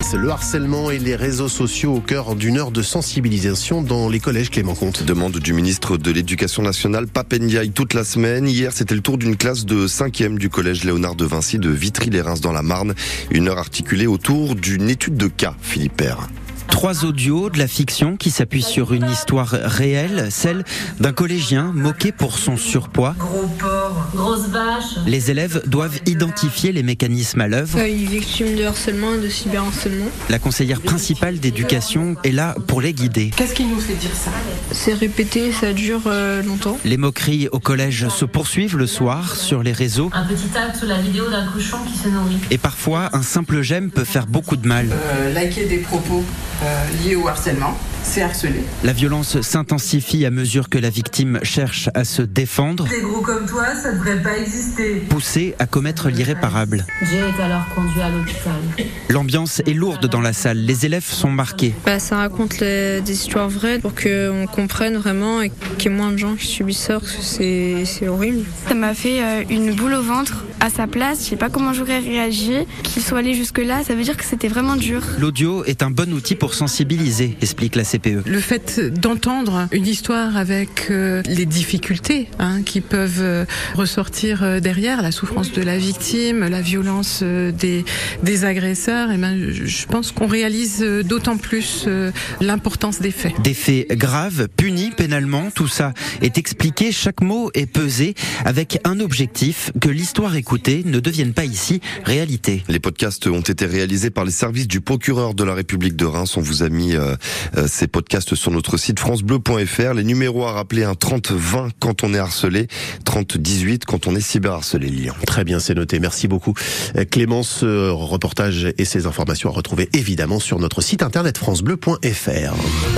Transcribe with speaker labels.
Speaker 1: jeunesse, le harcèlement et les réseaux sociaux au cœur d'une heure de sensibilisation dans les collèges Clément Comte.
Speaker 2: Demande du ministre de l'Éducation nationale, Papendiaï, toute la semaine. Hier, c'était le tour d'une classe de 5e du collège Léonard de Vinci de Vitry-les-Reims dans la Marne. Une heure articulée autour d'une étude de cas, Philippe Père.
Speaker 3: Trois audios de la fiction qui s'appuient sur une histoire réelle, celle d'un collégien moqué pour son surpoids.
Speaker 4: Gros porc, grosse vache.
Speaker 3: Les élèves doivent identifier les mécanismes à l'œuvre.
Speaker 5: Euh, Il est victime de harcèlement et de cyberharcèlement.
Speaker 3: La conseillère principale d'éducation est là pour les guider.
Speaker 6: Qu'est-ce qui nous fait dire ça
Speaker 5: C'est répété, ça dure euh, longtemps.
Speaker 3: Les moqueries au collège se poursuivent le soir sur les réseaux
Speaker 4: Un petit tag sous la vidéo d'un cochon qui se nourrit.
Speaker 3: et parfois un simple j'aime peut faire beaucoup de mal.
Speaker 6: Euh, Liker des propos euh, liés au harcèlement, c'est harceler.
Speaker 3: La violence s'intensifie à mesure que la victime cherche à se défendre,
Speaker 4: T'es gros comme toi, ça devrait pas exister.
Speaker 3: poussée à commettre l'irréparable.
Speaker 7: J'ai été alors conduit à l'hôpital.
Speaker 3: L'ambiance est lourde dans la salle, les élèves sont marqués.
Speaker 5: Bah, ça raconte les- des histoires vraies pour qu'on comprenne vraiment et qu'il y ait moins de gens qui subissent ça, parce que c'est c'est horrible.
Speaker 8: Ça m'a fait euh, une boule au ventre à sa place. Je sais pas comment j'aurais réagi. Qu'il soit allé jusque-là, ça veut dire que c'était vraiment dur.
Speaker 3: L'audio est un bon outil pour sensibiliser, explique la E. CPE.
Speaker 9: Le fait d'entendre une histoire avec euh, les difficultés hein, qui peuvent euh, ressortir euh, derrière, la souffrance de la victime, la violence euh, des, des agresseurs, et ben, je- je pense qu'on réalise euh, d'autant plus euh, l'importance des faits.
Speaker 3: Des faits graves, punis pénalement, tout ça est expliqué, chaque mot est pesé avec un objectif, que l'histoire écoutée ne devienne pas ici réalité.
Speaker 2: Les podcasts ont été réalisés par les services du procureur de la République de Reims. On vous a mis euh, euh, ces podcasts sur notre site francebleu.fr. Les numéros à rappeler un 30 20 quand on est harcelé, 30 18 quand on est cyberharcelé Lyon.
Speaker 1: Très bien, c'est noté. Merci beaucoup. Euh, Clémence, ce reportage et ces informations à retrouver évidemment sur notre site internet francebleu.fr.